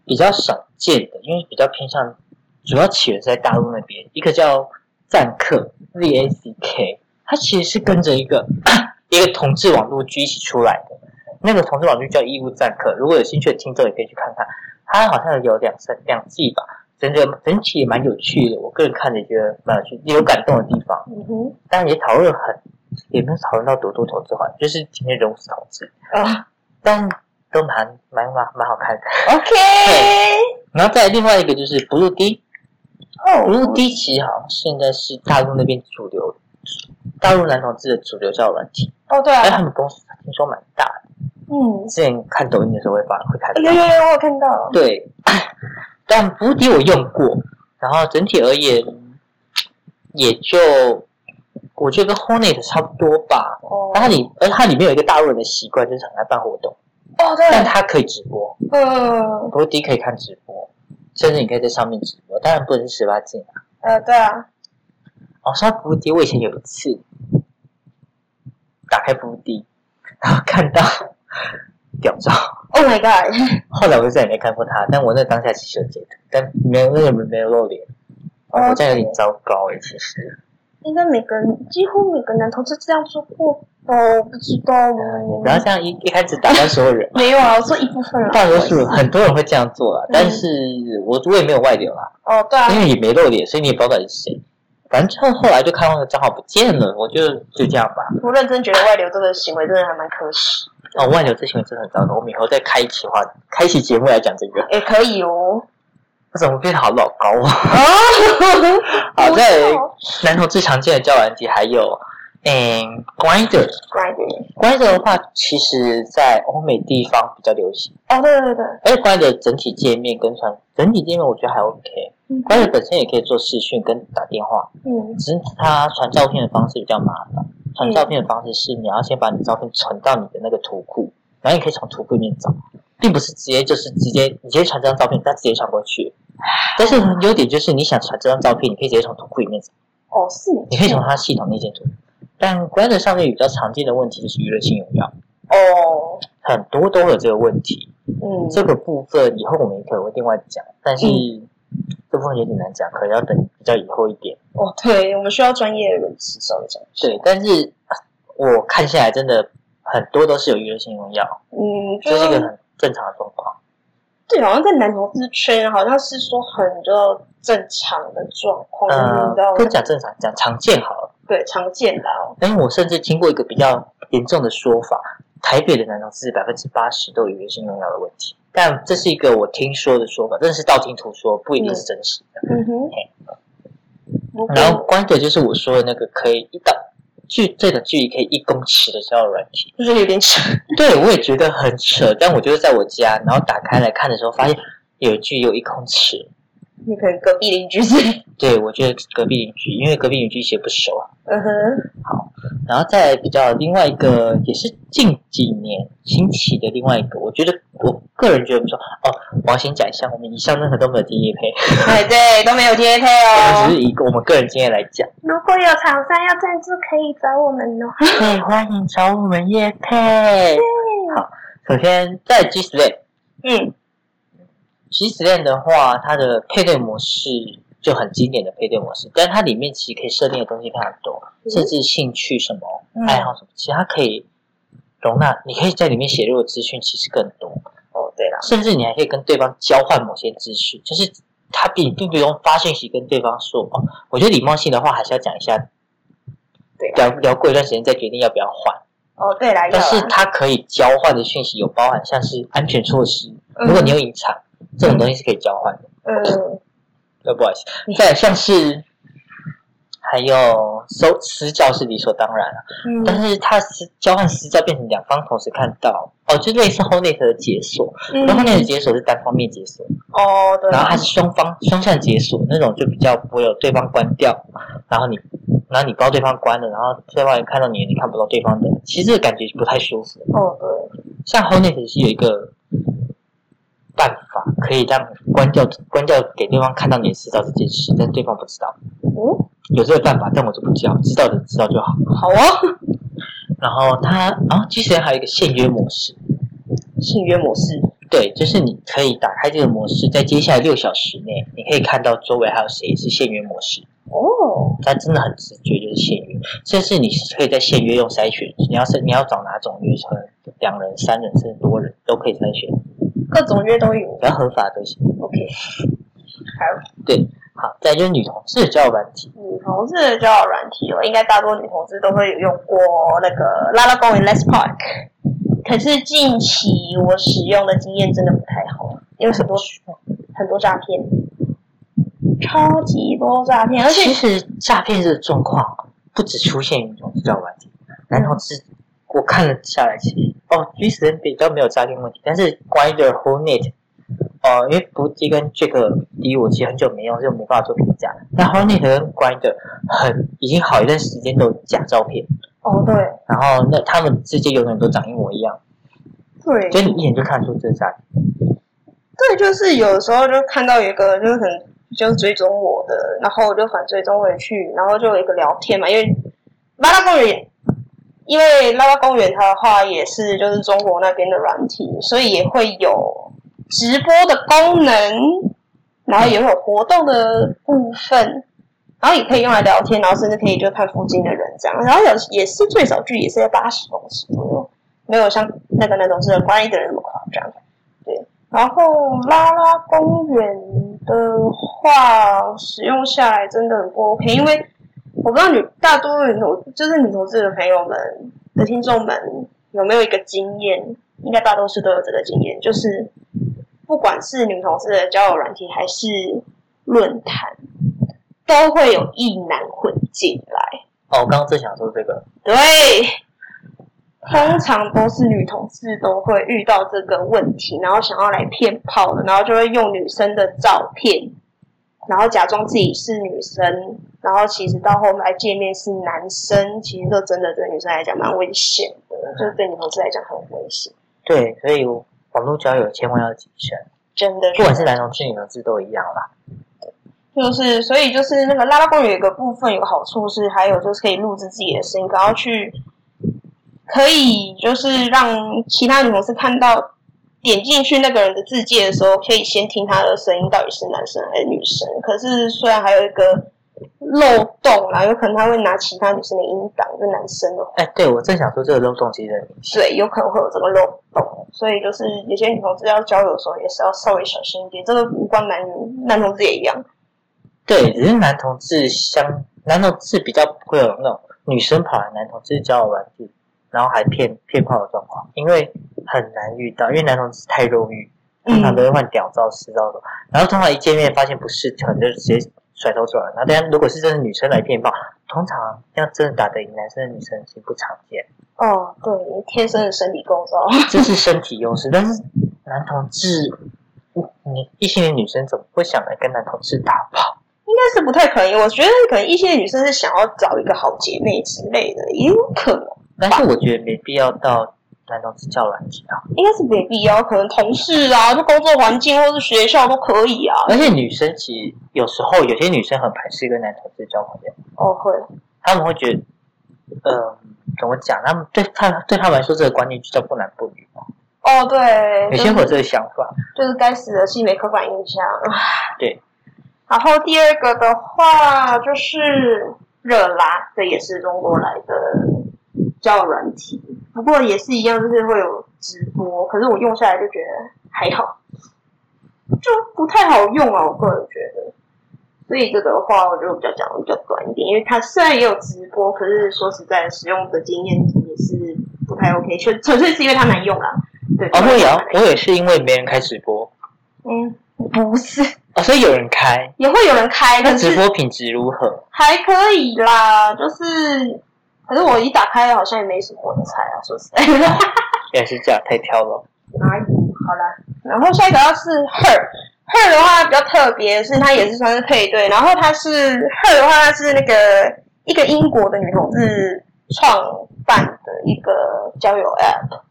Speaker 2: 比较少见的，因为比较偏向主要起源是在大陆那边，一个叫赞客 Z A C K，它其实是跟着一个 <coughs> 一个同志网络剧一起出来的。那个同志网络剧叫义务赞客，如果有兴趣的听众也可以去看看，它好像有两三两季吧，整个整体也蛮有趣的，我个人看着也觉得蛮有趣，也有感动的地方。
Speaker 3: 嗯哼。
Speaker 2: 当然也讨论很，也没有讨论到多多同志环，就是今天人物是同志，
Speaker 3: 啊
Speaker 2: 但都蛮蛮蛮蛮好看的。
Speaker 3: ，OK。
Speaker 2: 然后再来另外一个就是 Blue D，
Speaker 3: 哦
Speaker 2: Blue D 其实好像现在是大陆那边主流，大陆男同志的主流交友软体，
Speaker 3: 哦，对
Speaker 2: 而
Speaker 3: 啊。
Speaker 2: 他们公司听说蛮大的，
Speaker 3: 嗯。
Speaker 2: 之前看抖音的时候会发会看到
Speaker 3: 有。有有，我有看到。
Speaker 2: 对，但 Blue D 我用过，然后整体而言也就我觉得跟 Hornet 差不多吧。
Speaker 3: 哦。
Speaker 2: 然后它里，而且它里面有一个大陆人的习惯，就是很爱办活动，
Speaker 3: 哦，
Speaker 2: 但
Speaker 3: 对。
Speaker 2: 它可以直播，
Speaker 3: 嗯。
Speaker 2: 不迪可以看直播，甚至你可以在上面直播，当然不能是十八禁啊。
Speaker 3: 呃，对啊。
Speaker 2: 哦，说到不迪，我以前有一次打开不迪， <laughs> 然后看到屌照，
Speaker 3: Oh my
Speaker 2: <laughs>
Speaker 3: god！
Speaker 2: 后来我就再也没看过他，但我那当下其欸实
Speaker 3: 哦
Speaker 2: 有截图，但没有那个没有露脸，我这样有点糟糕哎、其实。
Speaker 3: 应该每个人几乎每个男同志这样做过哦，不知道哦。，
Speaker 2: 然后这样一一开始打断所有人
Speaker 3: 没有啊，我说一部分了。
Speaker 2: 大多数很多人会这样做啦，啊但是我我也没有外流啦，
Speaker 3: 哦，对啊，
Speaker 2: 因为也没露脸，所以你也不知道到底是谁。反正后来就看到那个账号不见了，我就就这样吧。
Speaker 3: 我认真觉得外流这个行为真的还蛮可惜。
Speaker 2: 哦，外流这行为真的很糟糕，我们以后再开一期话，开一期节目来讲这个。
Speaker 3: 也可以哦。
Speaker 2: 他怎么变得好老高啊？
Speaker 3: <laughs> 啊，
Speaker 2: 好在男同最常见的交友软体还有，嗯，Grinder。
Speaker 3: 乖点。
Speaker 2: Grinder 的话，其实在欧美地方比较流行，
Speaker 3: 哦，对对对，
Speaker 2: 而且 Grinder 整体界面跟传整体界面我觉得还 OK。
Speaker 3: 嗯
Speaker 2: Grinder 本身也可以做视讯跟打电话，
Speaker 3: 嗯，
Speaker 2: 只是它传照片的方式比较麻烦。传照片的方式是你要先把你的照片存到你的那个图库，然后你可以从图库里面找，并不是直接就是直接你直接传这张照片，再直接传过去。但是优点就是你想传这张照片，你可以直接从图库里面找。
Speaker 3: 哦是，
Speaker 2: 你可以从它系统内建图。但 Grinder 上面比较常见的问题就是娱乐性用药，
Speaker 3: 哦，
Speaker 2: 很多都有这个问题。
Speaker 3: 嗯，
Speaker 2: 这个部分以后我们也可能会另外讲，但是这部分有点难讲，可能要等比较以后一点。
Speaker 3: 哦，对，我们需要专业人士稍微讲一下。
Speaker 2: 对，但是啊我看下来真的很多都是有娱乐性用药，
Speaker 3: 嗯，
Speaker 2: 这是一个
Speaker 3: 就
Speaker 2: 很正常的状况。
Speaker 3: 对，好像在男同志圈，好像是说很多正常的状况，你
Speaker 2: 呃
Speaker 3: 知道，
Speaker 2: 不
Speaker 3: 吗？
Speaker 2: 讲正常，讲常见好了。
Speaker 3: 对，常见的哦。
Speaker 2: 但是我甚至听过一个比较严重的说法，台北的男同志百分之八十都有娱乐性用药的问题。但这是一个我听说的说法，真的是道听途说，不一定是真实的。嗯
Speaker 3: 嗯哼。嗯
Speaker 2: 然后关的就是我说的那个可以一到距这个距离可以一公尺的交友软体，
Speaker 3: 就是有点扯，
Speaker 2: 对我也觉得很扯。但我就是在我家，然后打开来看的时候，发现有距离有一公尺。
Speaker 3: <laughs> 你可能隔壁邻居是，
Speaker 2: 对，我觉得隔壁邻居，因为隔壁邻居也不熟啊。
Speaker 3: 嗯哼，
Speaker 2: 然后再比较另外一个，也是近几年兴起的另外一个，我觉得我个人觉得不错哦。我要先讲一下，我们以上任何都没有第一配，
Speaker 3: <laughs> 哎对，都没有接配
Speaker 2: 我们
Speaker 3: 哦。
Speaker 2: 只是以我们个人经验来讲。
Speaker 3: 如果有厂商要赞助，可以找我们哦。
Speaker 2: 对，欢迎找我们叶配。好，首先在 G Slam，G
Speaker 3: 嗯
Speaker 2: Slam 的话，它的呃配对模式就很经典的配对模式，但它里面其实可以设定的东西非常多，
Speaker 3: 嗯
Speaker 2: 甚至兴趣什么、
Speaker 3: 嗯
Speaker 2: 爱好什么，其实它可以容纳，你可以在里面写入的资讯其实更多。
Speaker 3: 哦对啦，
Speaker 2: 甚至你还可以跟对方交换某些资讯，就是他并并不用发讯息跟对方说哦。我觉得礼貌性的话还是要讲一下，
Speaker 3: 对啊
Speaker 2: 聊聊过一段时间再决定要不要换。
Speaker 3: 哦对啦，要
Speaker 2: 但
Speaker 3: 啦
Speaker 2: 是它可以交换的讯息有包含像是安全措施，
Speaker 3: 嗯
Speaker 2: 如果你有隐藏，这种东西是可以交换的。
Speaker 3: 嗯
Speaker 2: 呃，不好意思，再来像是。还有收私教是理所当然啊，但
Speaker 3: 嗯
Speaker 2: 是它私交换私教变成两方同时看到哦，就类似 Honet 的解锁，
Speaker 3: 嗯
Speaker 2: 然后 Honet 的解锁是单方面解锁，
Speaker 3: 哦对啦，
Speaker 2: 然后它是双方双向解锁那种，就比较不会有对方关掉，然后你然后你帮对方关了，然后对方也看到你，你看不到对方的，其实这个感觉不太舒服。
Speaker 3: 哦对，
Speaker 2: 像 Hornet 是有一个办法可以让关掉关掉给对方看到你的私照这件事，但对方不知道
Speaker 3: 嗯
Speaker 2: 有这个办法，但我就不知道，知道的知道就好。
Speaker 3: 好啊， <laughs>
Speaker 2: 然后它然后其实还有一个限约模式，
Speaker 3: 性约模式，
Speaker 2: 对，就是你可以打开这个模式，在接下来六小时内，你可以看到周围还有谁是限约模式。
Speaker 3: 哦
Speaker 2: 它真的很直觉，就是限约，甚至你是可以在限约用筛选，你要是你要找哪种约，可能两人、三人甚至多人都可以筛选，
Speaker 3: 各种约都有
Speaker 2: 只要合法都行。
Speaker 3: ，OK，好，
Speaker 2: 对，好，再来就是女同志的交友软体，
Speaker 3: 女同志的交友软体哦，应该大多女同志都会有用过那个拉拉公园 Let's Park，可是近期我使用的经验真的不太好，因为很多很多诈骗，超级多诈骗，而
Speaker 2: 其
Speaker 3: 且
Speaker 2: 实诈骗这个状况不只出现于女同志交友软体，男同志我看了下来，其实哦，G 十比较没有诈骗问题，但是关于 The Whole Net。哦，因为不迪跟这个第一，我其实很久没用，所以我没办法做评价。但 Hornet 跟 Grinder 很已经好一段时间都有假照片，
Speaker 3: 哦对
Speaker 2: 然后那他们之间永远都长一模一样，
Speaker 3: 对
Speaker 2: 所以你一眼就看出这是诈骗。
Speaker 3: 对，就是有时候就看到有一个就是很就是追踪我的，然后我就反追踪回去，然后就有一个聊天嘛，因为拉拉公园，因为拉拉公园它的话也是就是中国那边的软体，所以也会有直播的功能，然后也会有活动的部分。然后也可以用来聊天，然后甚至可以就看附近的人这样。然后有也是最少距离是在八十公尺左右，没有像那个那种是关一的人那么夸张。对，然后拉拉公园的话，使用下来真的很不 OK，因为我不知道女大多数女同就是女同志的朋友们的听众们有没有一个经验，应该大多数都有这个经验，就是不管是女同志的交友软体还是论坛，都会有异男混进来。
Speaker 2: 哦，我刚刚正想说这个，
Speaker 3: 对，通常都是女同志都会遇到这个问题，然后想要来骗炮的，然后就会用女生的照片，然后假装自己是女生，然后其实到后来见面是男生，其实这真的对女生来讲蛮危险的，就是对女同志来讲很危险，
Speaker 2: 对，所以网络交友千万要谨慎，
Speaker 3: 真的。
Speaker 2: 不管是男同志、女同志都一样啦。
Speaker 3: 就是，所以就是那个拉拉公园有一个部分有个好处是，还有就是可以录制自己的声音，然后去可以就是让其他女同事看到点进去那个人的字界的时候，可以先听他的声音到底是男生还是女生。可是虽然还有一个漏洞啦，有可能他会拿其他女生的音档，就男生的话，
Speaker 2: 哎，对我正想说这个漏洞其实很明显。
Speaker 3: 对，有可能会有这个漏洞。所以就是有些女同志要交友的时候，也是要稍微小心一点。这个无关男女，男同志也一样。
Speaker 2: 对，只是男同志相男同志比较不会有那种女生跑来男同志交友软体，然后还骗骗炮的状况，因为很难遇到，因为男同志太肉欲，通常都会换屌照、湿照的，然后通常一见面发现不是，可能就直接甩头转了。那但如果是真的女生来骗炮，通常要真的打得赢男生的女生其实不常见，
Speaker 3: 哦，对，天生的身体构造， <laughs>
Speaker 2: 这是身体优势，但是男同志。你异性的女生怎么会想来跟男同志打炮？
Speaker 3: 应该是不太可能。我觉得可能一些女生是想要找一个好姐妹之类的，也有可能，
Speaker 2: 但是我觉得没必要到男同志交友软体啊。
Speaker 3: 应该是没必要。可能同事啊，就工作环境或是学校都可以啊。
Speaker 2: 而且女生其实有时候有些女生很排斥跟男同志交朋友，
Speaker 3: 哦，会，
Speaker 2: 他们会觉得，呃，怎么讲？他们对他对他们来说，这个观念就叫不男不女嘛。
Speaker 3: 哦，对，
Speaker 2: 有
Speaker 3: 就
Speaker 2: 些
Speaker 3: 是
Speaker 2: 会有这个想法，
Speaker 3: 就是该死的性别刻板印象。
Speaker 2: 对。
Speaker 3: 然后第二个的话就是热拉，这也是中国来的交友软体，不过也是一样，就是会有直播。可是我用下来就觉得还好，就不太好用啊，我个人觉得。所以这个的话，我就比较讲的比较短一点，因为它虽然也有直播，可是说实在，使用的经验也是不太 OK，就纯粹是因为它难用啦。对，
Speaker 2: 哦，
Speaker 3: 纯
Speaker 2: 会
Speaker 3: 粹是
Speaker 2: 有
Speaker 3: 它
Speaker 2: 啊
Speaker 3: 难，
Speaker 2: 我也是因为没人开直播
Speaker 3: 用嗯，不是。 <laughs>
Speaker 2: 哦，所以有人开，
Speaker 3: 也会有人开，
Speaker 2: 那
Speaker 3: 可
Speaker 2: 直
Speaker 3: 是
Speaker 2: 播品质如何？
Speaker 3: 还可以啦，就是，可是我一打开好像也没什么人猜啊，说实在的，
Speaker 2: 原来是这样，太挑了。
Speaker 3: 哪有？好啦，然后下一个要是 her。her 的话比较特别，是它也是算是配对，然后它是 her 的话，它是那个一个英国的女同志创办的一个交友 app，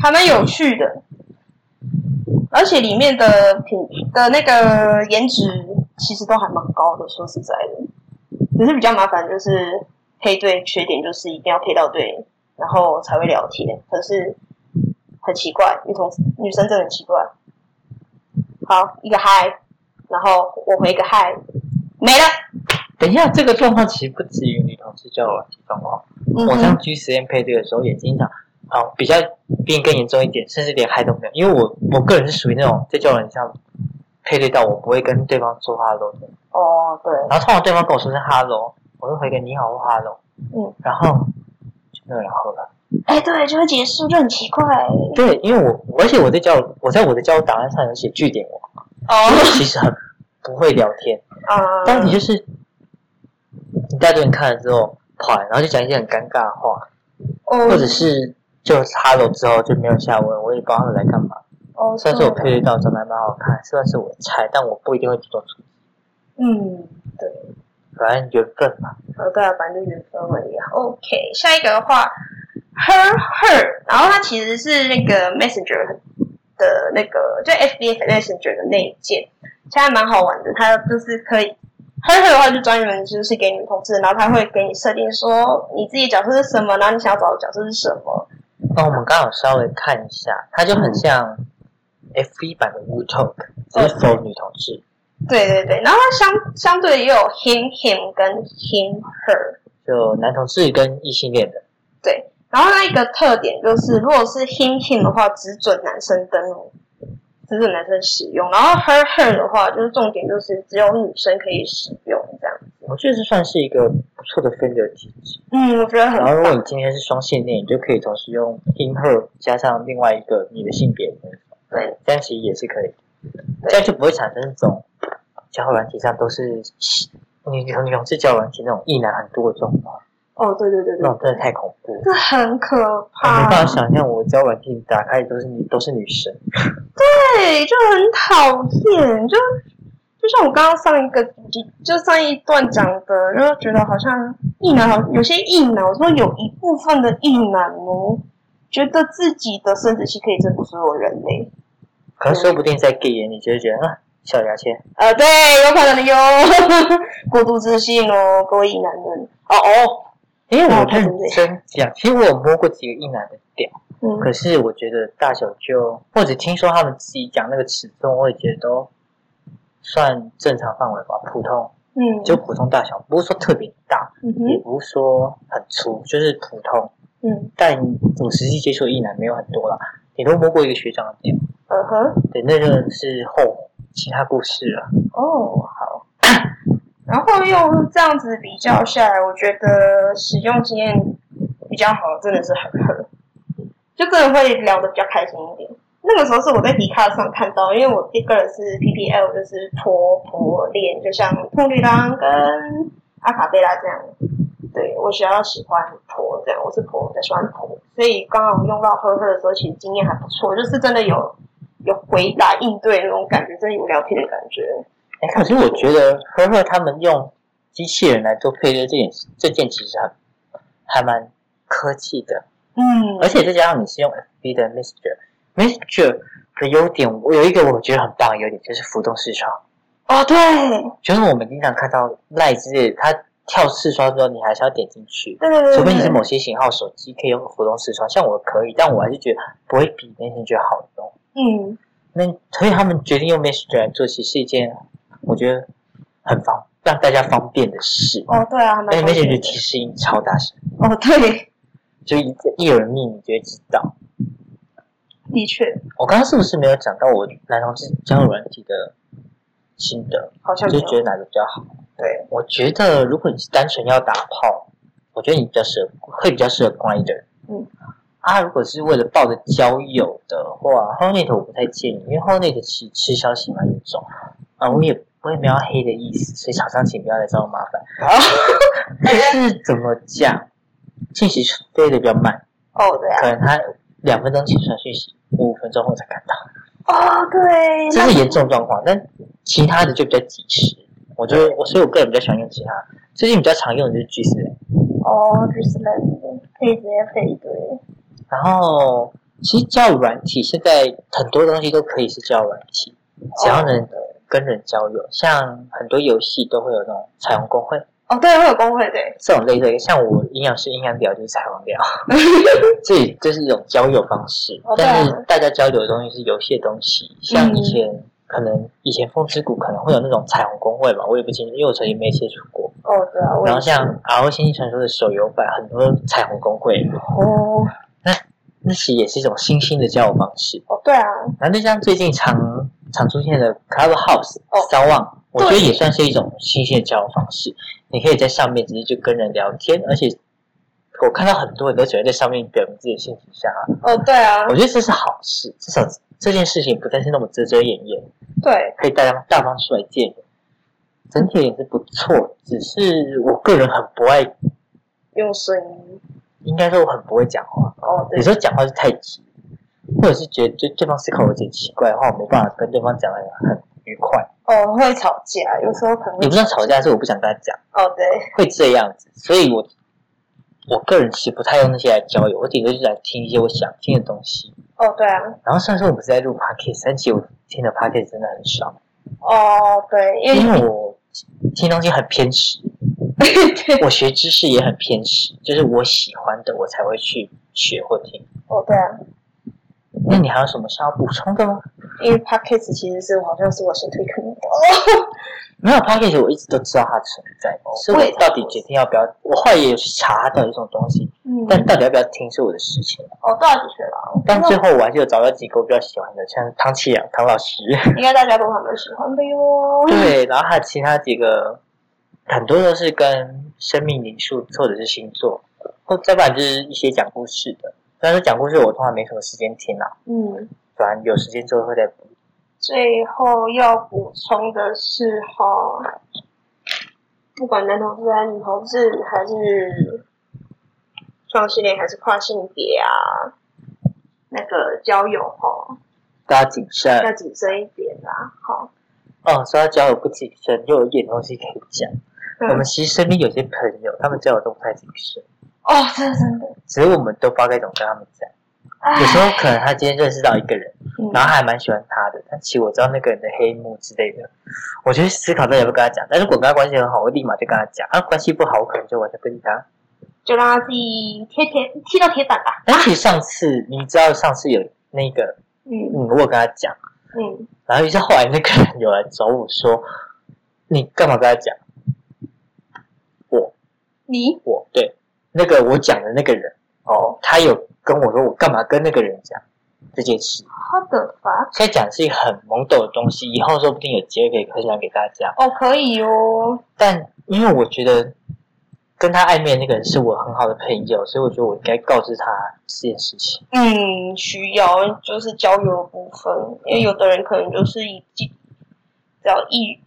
Speaker 3: 还蛮有趣的，而且里面的品的那个颜值其实都还蛮高的，说实在的，只是比较麻烦就是配对缺点就是一定要配到对，然后才会聊天，可是很奇怪，女同女生真的很奇怪。好，一个嗨，然后我回一个嗨，没了。
Speaker 2: 等一下，这个状况其实不止于女同志交友软体状况。
Speaker 3: 嗯
Speaker 2: 我
Speaker 3: 哼
Speaker 2: 上去实验配对的时候，也经常啊、比较病更严重一点，甚至连嗨都没有。因为我我个人是属于那种在交友软件上配对到我不会跟对方说 hello 的，
Speaker 3: 哦，对，
Speaker 2: 然后通常对方跟我说声 hello，我就回个你好或 hello，
Speaker 3: 嗯，
Speaker 2: 然后就没有然后了。
Speaker 3: 哎，对，就会结束，就很奇怪。哦，
Speaker 2: 对，因为我而且我在交友我在我的交友档案上有写据点我，
Speaker 3: 哦
Speaker 2: <laughs> 其实很不会聊天，
Speaker 3: 啊，
Speaker 2: 但你就是你带着人看了之后跑来，然后就讲一些很尴尬的话，
Speaker 3: 哦，
Speaker 2: 或者是就 hello 之后就没有下文，我也不知道他们来干嘛。
Speaker 3: 哦，
Speaker 2: 虽然说我配
Speaker 3: 对
Speaker 2: 对到长得还蛮好看，虽然是我的菜，但我不一定会主动出击，
Speaker 3: 嗯，对，
Speaker 2: 反正缘分嘛。
Speaker 3: 呃，对啊，反正就缘分问题啊。OK，下一个的话，her her，然后它其实是那个 Messenger 的那个，就 FB Messenger 的那一件，其实还蛮好玩的。它就是可以 her her 的话，就专门就是给女同志，然后它会给你设定说你自己的角色是什么，然后你想要找的角色是什么。
Speaker 2: 那我们刚好稍微看一下，它就很像 FB 版的 WooTalk，只是 for 女同志。
Speaker 3: 对对对，然后它相相对也有 him him 跟 him her，
Speaker 2: 就男同志跟异性恋的，
Speaker 3: 对，然后那一个特点就是，如果是 him him 的话，只准男生登录，只准男生使用，然后 her her 的话，就是重点就是只有女生可以使用这样。
Speaker 2: 我觉得这算是一个不错的分流机制。
Speaker 3: 嗯，我觉得很
Speaker 2: 然后，如果
Speaker 3: 棒。
Speaker 2: 你今天是双性恋，你就可以同时用 him her 加上另外一个你的性别，
Speaker 3: 对，
Speaker 2: 这样其实也是可以，这样就不会产生这种交友软体上都是女女同志交友软体那种异男很多的状况，
Speaker 3: 哦，对对对
Speaker 2: 那
Speaker 3: 对啊
Speaker 2: 种，真的太恐怖了。
Speaker 3: 这很可
Speaker 2: 我没
Speaker 3: 怕，
Speaker 2: 办法想象，我交友软体打开都是女都是女生，
Speaker 3: 对，就很讨厌，就就像我刚刚上一个主题，就上一段讲的，就觉得好像异男，好有些异男，我说有一部分的异男哦，觉得自己的生殖器可以征服所有人类，
Speaker 2: 可是说不定在 gay 眼里就会觉得啊，小牙签，
Speaker 3: 呃，对，有可能有 <laughs> 过度自信哦，各位异男们，哦哦，
Speaker 2: 因为我
Speaker 3: 哦对
Speaker 2: 认真讲，其实我有摸过几个异男的屌，
Speaker 3: 嗯，
Speaker 2: 可是我觉得大小就或者听说他们自己讲那个尺寸，我也觉得都算正常范围吧，普通
Speaker 3: 嗯，
Speaker 2: 就普通大小，不是说特别大，
Speaker 3: 嗯
Speaker 2: 也
Speaker 3: 哼，
Speaker 2: 不是说很粗，就是普通。
Speaker 3: 嗯，
Speaker 2: 但我实际接触的异男没有很多啦，顶多摸过一个学长的屌，
Speaker 3: 嗯哼，
Speaker 2: 对，那个是后其他故事了。
Speaker 3: 哦，好。 <coughs> 然后又这样子比较下来，我觉得使用经验比较好，真的是很很，就真的会聊得比较开心一点。那个时候是我在迪卡上看到，因为我一个人是 PPL，就是婆婆恋，就像碰绿郎跟阿卡贝拉这样。对我比较喜欢婆这样，我是婆，我比较喜欢婆，所以刚好用到呵呵的时候，其实经验还不错，就是真的有有回答应对那种感觉，真的有聊天的感觉。
Speaker 2: 哎，可是我觉得呵呵他们用机器人来做配对这件这件其实还还蛮科技的，
Speaker 3: 嗯
Speaker 2: 而且再加上你是用 FB 的 Mixture，Mixture 的优点，我有一个我觉得很棒的优点就是浮动视窗，
Speaker 3: 哦，对
Speaker 2: 就是我们经常看到赖之类的，它跳视窗之后你还是要点进去，
Speaker 3: 对对对，
Speaker 2: 除非你是
Speaker 3: 对
Speaker 2: 某些型号手机可以用浮动视窗，像我可以，但我还是觉得不会比 Messenger 好用。
Speaker 3: 嗯，
Speaker 2: 那所以他们决定用 Messenger 来做，其实是一件我觉得很方让大家方便的事。
Speaker 3: 哦，对啊，还
Speaker 2: 而且
Speaker 3: 蛮方
Speaker 2: Messenger
Speaker 3: 便的
Speaker 2: 提示音超大声，
Speaker 3: 哦，对，
Speaker 2: 所以一有人密你就会知道。
Speaker 3: 的确
Speaker 2: 我刚刚是不是没有讲到我男同志交友软体的心得？
Speaker 3: 好像
Speaker 2: 就
Speaker 3: 没
Speaker 2: 是觉
Speaker 3: 有
Speaker 2: 得哪个比较好？
Speaker 3: 对，
Speaker 2: 我觉得如果你是单纯要打炮，我觉得你比较适合，会比较适合 Grinder。
Speaker 3: 嗯，
Speaker 2: 啊，如果是为了抱着交友的话，Hornet 我不太建议，因为 Hornet 其实吃消息蛮严重啊，我也我也没有要黑的意思，所以厂商请不要来找我麻烦。 <laughs> 但是怎么讲，信息飞的比较慢，
Speaker 3: 哦，对
Speaker 2: 可
Speaker 3: 啊，
Speaker 2: 能他两分钟前传讯息，五分钟后才看到。
Speaker 3: 哦，对，
Speaker 2: 这
Speaker 3: 那
Speaker 2: 是严重状况，但其他的就比较及时。我觉得我，所以我个人比较喜欢用其他。最近比较常用的就是 G 四，
Speaker 3: 哦，就是那种可以直接配一堆，
Speaker 2: 然后其实交友软体现在很多东西都可以是交友软体，只要能跟人交友，像很多游戏都会有那种彩虹公会
Speaker 3: 哦，对，会有工会对，
Speaker 2: 这种类似的，像我阴阳师阴阳表就是彩虹
Speaker 3: <laughs>
Speaker 2: 表，这也就是一种交友方式
Speaker 3: 哦。对啊嗯
Speaker 2: 但是大家交流的东西是游戏的东西，像以前。可能以前风之谷可能会有那种彩虹公会吧，我也不清楚，因为我曾经没接触过。
Speaker 3: 哦，对啊，我
Speaker 2: 然后
Speaker 3: 也是，
Speaker 2: 像《R O 星际传说》的手游版，很多彩虹公会，
Speaker 3: 哦，
Speaker 2: 那其实也是一种新兴的交友方式。
Speaker 3: 哦，对啊，
Speaker 2: 然后再加上最近常常出现的 Clubhouse
Speaker 3: 哦、
Speaker 2: 骚望，我觉得
Speaker 3: 对
Speaker 2: 也算是一种新兴的交友方式。你可以在上面直接就跟人聊天，而且我看到很多人都喜欢在上面表明自己的性取向啊，
Speaker 3: 哦，对啊
Speaker 2: 我，觉得这是好事，至少这件事情不再是那么遮遮掩掩，
Speaker 3: 对，
Speaker 2: 可以大家大方出来见人。整体也是不错，只是我个人很不爱，
Speaker 3: 用声音，
Speaker 2: 应该说我很不会讲话。
Speaker 3: 哦，对
Speaker 2: 有，时候讲话是太急，或者是觉得对对方思考有点奇怪的话，我没办法跟对方讲的很愉快。
Speaker 3: 哦，会吵架，有时候可
Speaker 2: 也
Speaker 3: 能会
Speaker 2: 不，算吵架，是我不想跟他讲，
Speaker 3: 哦，对。
Speaker 2: 会这样子。所以我我个人是不太用那些来交友，我顶多就是来听一些我想听的东西。
Speaker 3: 哦，对啊，
Speaker 2: 然后虽然说我们是在录 podcast，但其实我听的 podcast 真的很少，
Speaker 3: 哦，对，因为
Speaker 2: 因为我听东西很偏食，我学知识也很偏食，就是我喜欢的我才会去学或听。
Speaker 3: 哦，对啊，
Speaker 2: 那你还有什么想要补充的吗？
Speaker 3: 因为 podcast 其实是我好像是我先推坑你的，
Speaker 2: 没有 p a c k a g e 我一直都知道它存在，是
Speaker 3: 我也
Speaker 2: 我到底决定要不要？我后来也有去查它到底什么东西，
Speaker 3: 嗯
Speaker 2: 但到底要不要听是我的事情。
Speaker 3: 哦，对啊，的确啦，
Speaker 2: 但最后我还是有找到几个我比较喜欢的，像唐启阳唐老师，
Speaker 3: 应该大家都还蛮喜欢的
Speaker 2: <laughs>
Speaker 3: 哟。
Speaker 2: 对，然后还有其他几个，很多都是跟生命灵数或者是星座，或再不然就是一些讲故事的。但是讲故事我通常没什么时间听啊，
Speaker 3: <laughs> 嗯，
Speaker 2: 反正有时间之后会再补。
Speaker 3: 最后要补充的是哈，不管男同志还是女同志，还是双性恋，还是跨性别啊，那个交友哈，
Speaker 2: 大家谨慎
Speaker 3: 要谨慎一点啦。嗯好，
Speaker 2: 哦，说到交友不谨慎，又有一点东西可以讲。我们
Speaker 3: 嗯，
Speaker 2: 其实身边有些朋友，他们交友都不太谨慎，
Speaker 3: 哦，真的真的，
Speaker 2: 只是我们都不知道该怎么跟他们讲。
Speaker 3: 唉
Speaker 2: 有时候可能他今天认识到一个人，
Speaker 3: 嗯
Speaker 2: 然后还蛮喜欢他的，但其实我知道那个人的黑幕之类的，我就会思考到底要不要跟他讲。但是如果跟他关系很好，我立马就跟他讲；啊，关系不好，我可能就完全不理他。
Speaker 3: 就让他自己贴铁踢到铁板吧。
Speaker 2: 而且上次你知道，上次有那个，
Speaker 3: 嗯
Speaker 2: 嗯，我有跟他讲，
Speaker 3: 嗯，
Speaker 2: 然后于是后来那个人有来找我说，你干嘛跟他讲？
Speaker 3: 你
Speaker 2: 我对那个我讲的那个人，
Speaker 3: 哦
Speaker 2: 他有跟我说我干嘛跟那个人讲这件事。
Speaker 3: ，how the fuck？
Speaker 2: 现在讲是一个很懵懂的东西，以后说不定有机会可以分享给大家。
Speaker 3: 哦，可以哦，
Speaker 2: 但因为我觉得跟他暧昧的那个人是我很好的朋友，所以我觉得我应该告知他这件事情。
Speaker 3: 嗯，需要就是交友的部分，因为有的人可能就是一既只要一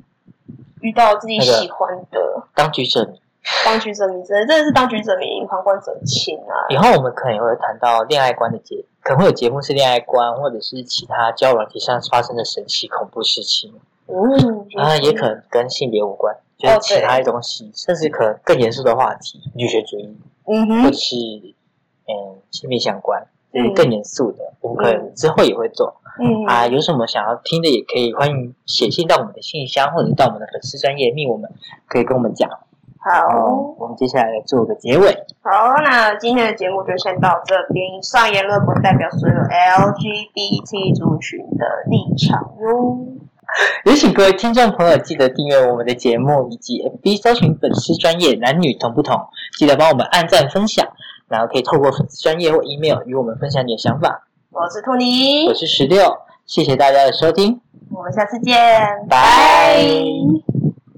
Speaker 3: 遇到自己
Speaker 2: 那个
Speaker 3: 喜欢的，
Speaker 2: 当局者迷。
Speaker 3: 当局者迷，真的真的是当局者迷，旁观者清啊。
Speaker 2: 以后我们可能也会谈到恋爱观的节，可能会有节目是恋爱观，或者是其他交友软体上发生的神奇恐怖事情
Speaker 3: 嗯，就是
Speaker 2: 啊，也可能跟性别无关，就
Speaker 3: 哦
Speaker 2: 是
Speaker 3: 对
Speaker 2: 其他的东西，甚至可能更严肃的话题，女学主义，
Speaker 3: 嗯
Speaker 2: 或
Speaker 3: 哼
Speaker 2: 者，是嗯性别相关，就是
Speaker 3: 嗯
Speaker 2: 更严肃的，我们可能之后也会做。
Speaker 3: 嗯
Speaker 2: 啊，有什么想要听的也可以，欢迎写信到我们的信箱，或者到我们的粉丝专业密，我们可以跟我们讲。
Speaker 3: 好
Speaker 2: 我们接下来做个结尾。
Speaker 3: 好，那今天的节目就先到这边。以上言论不代表所有 LGBT 族群的立场哟。
Speaker 2: 也请各位听众朋友记得订阅我们的节目，以及 FB 搜寻粉丝专业男女同不同，记得帮我们按赞分享，然后可以透过粉丝专业或 email 与我们分享你的想法。
Speaker 3: 我是兔妮
Speaker 2: 我，是十六，谢谢大家的收听。
Speaker 3: 我们下次见，
Speaker 2: 拜
Speaker 3: 拜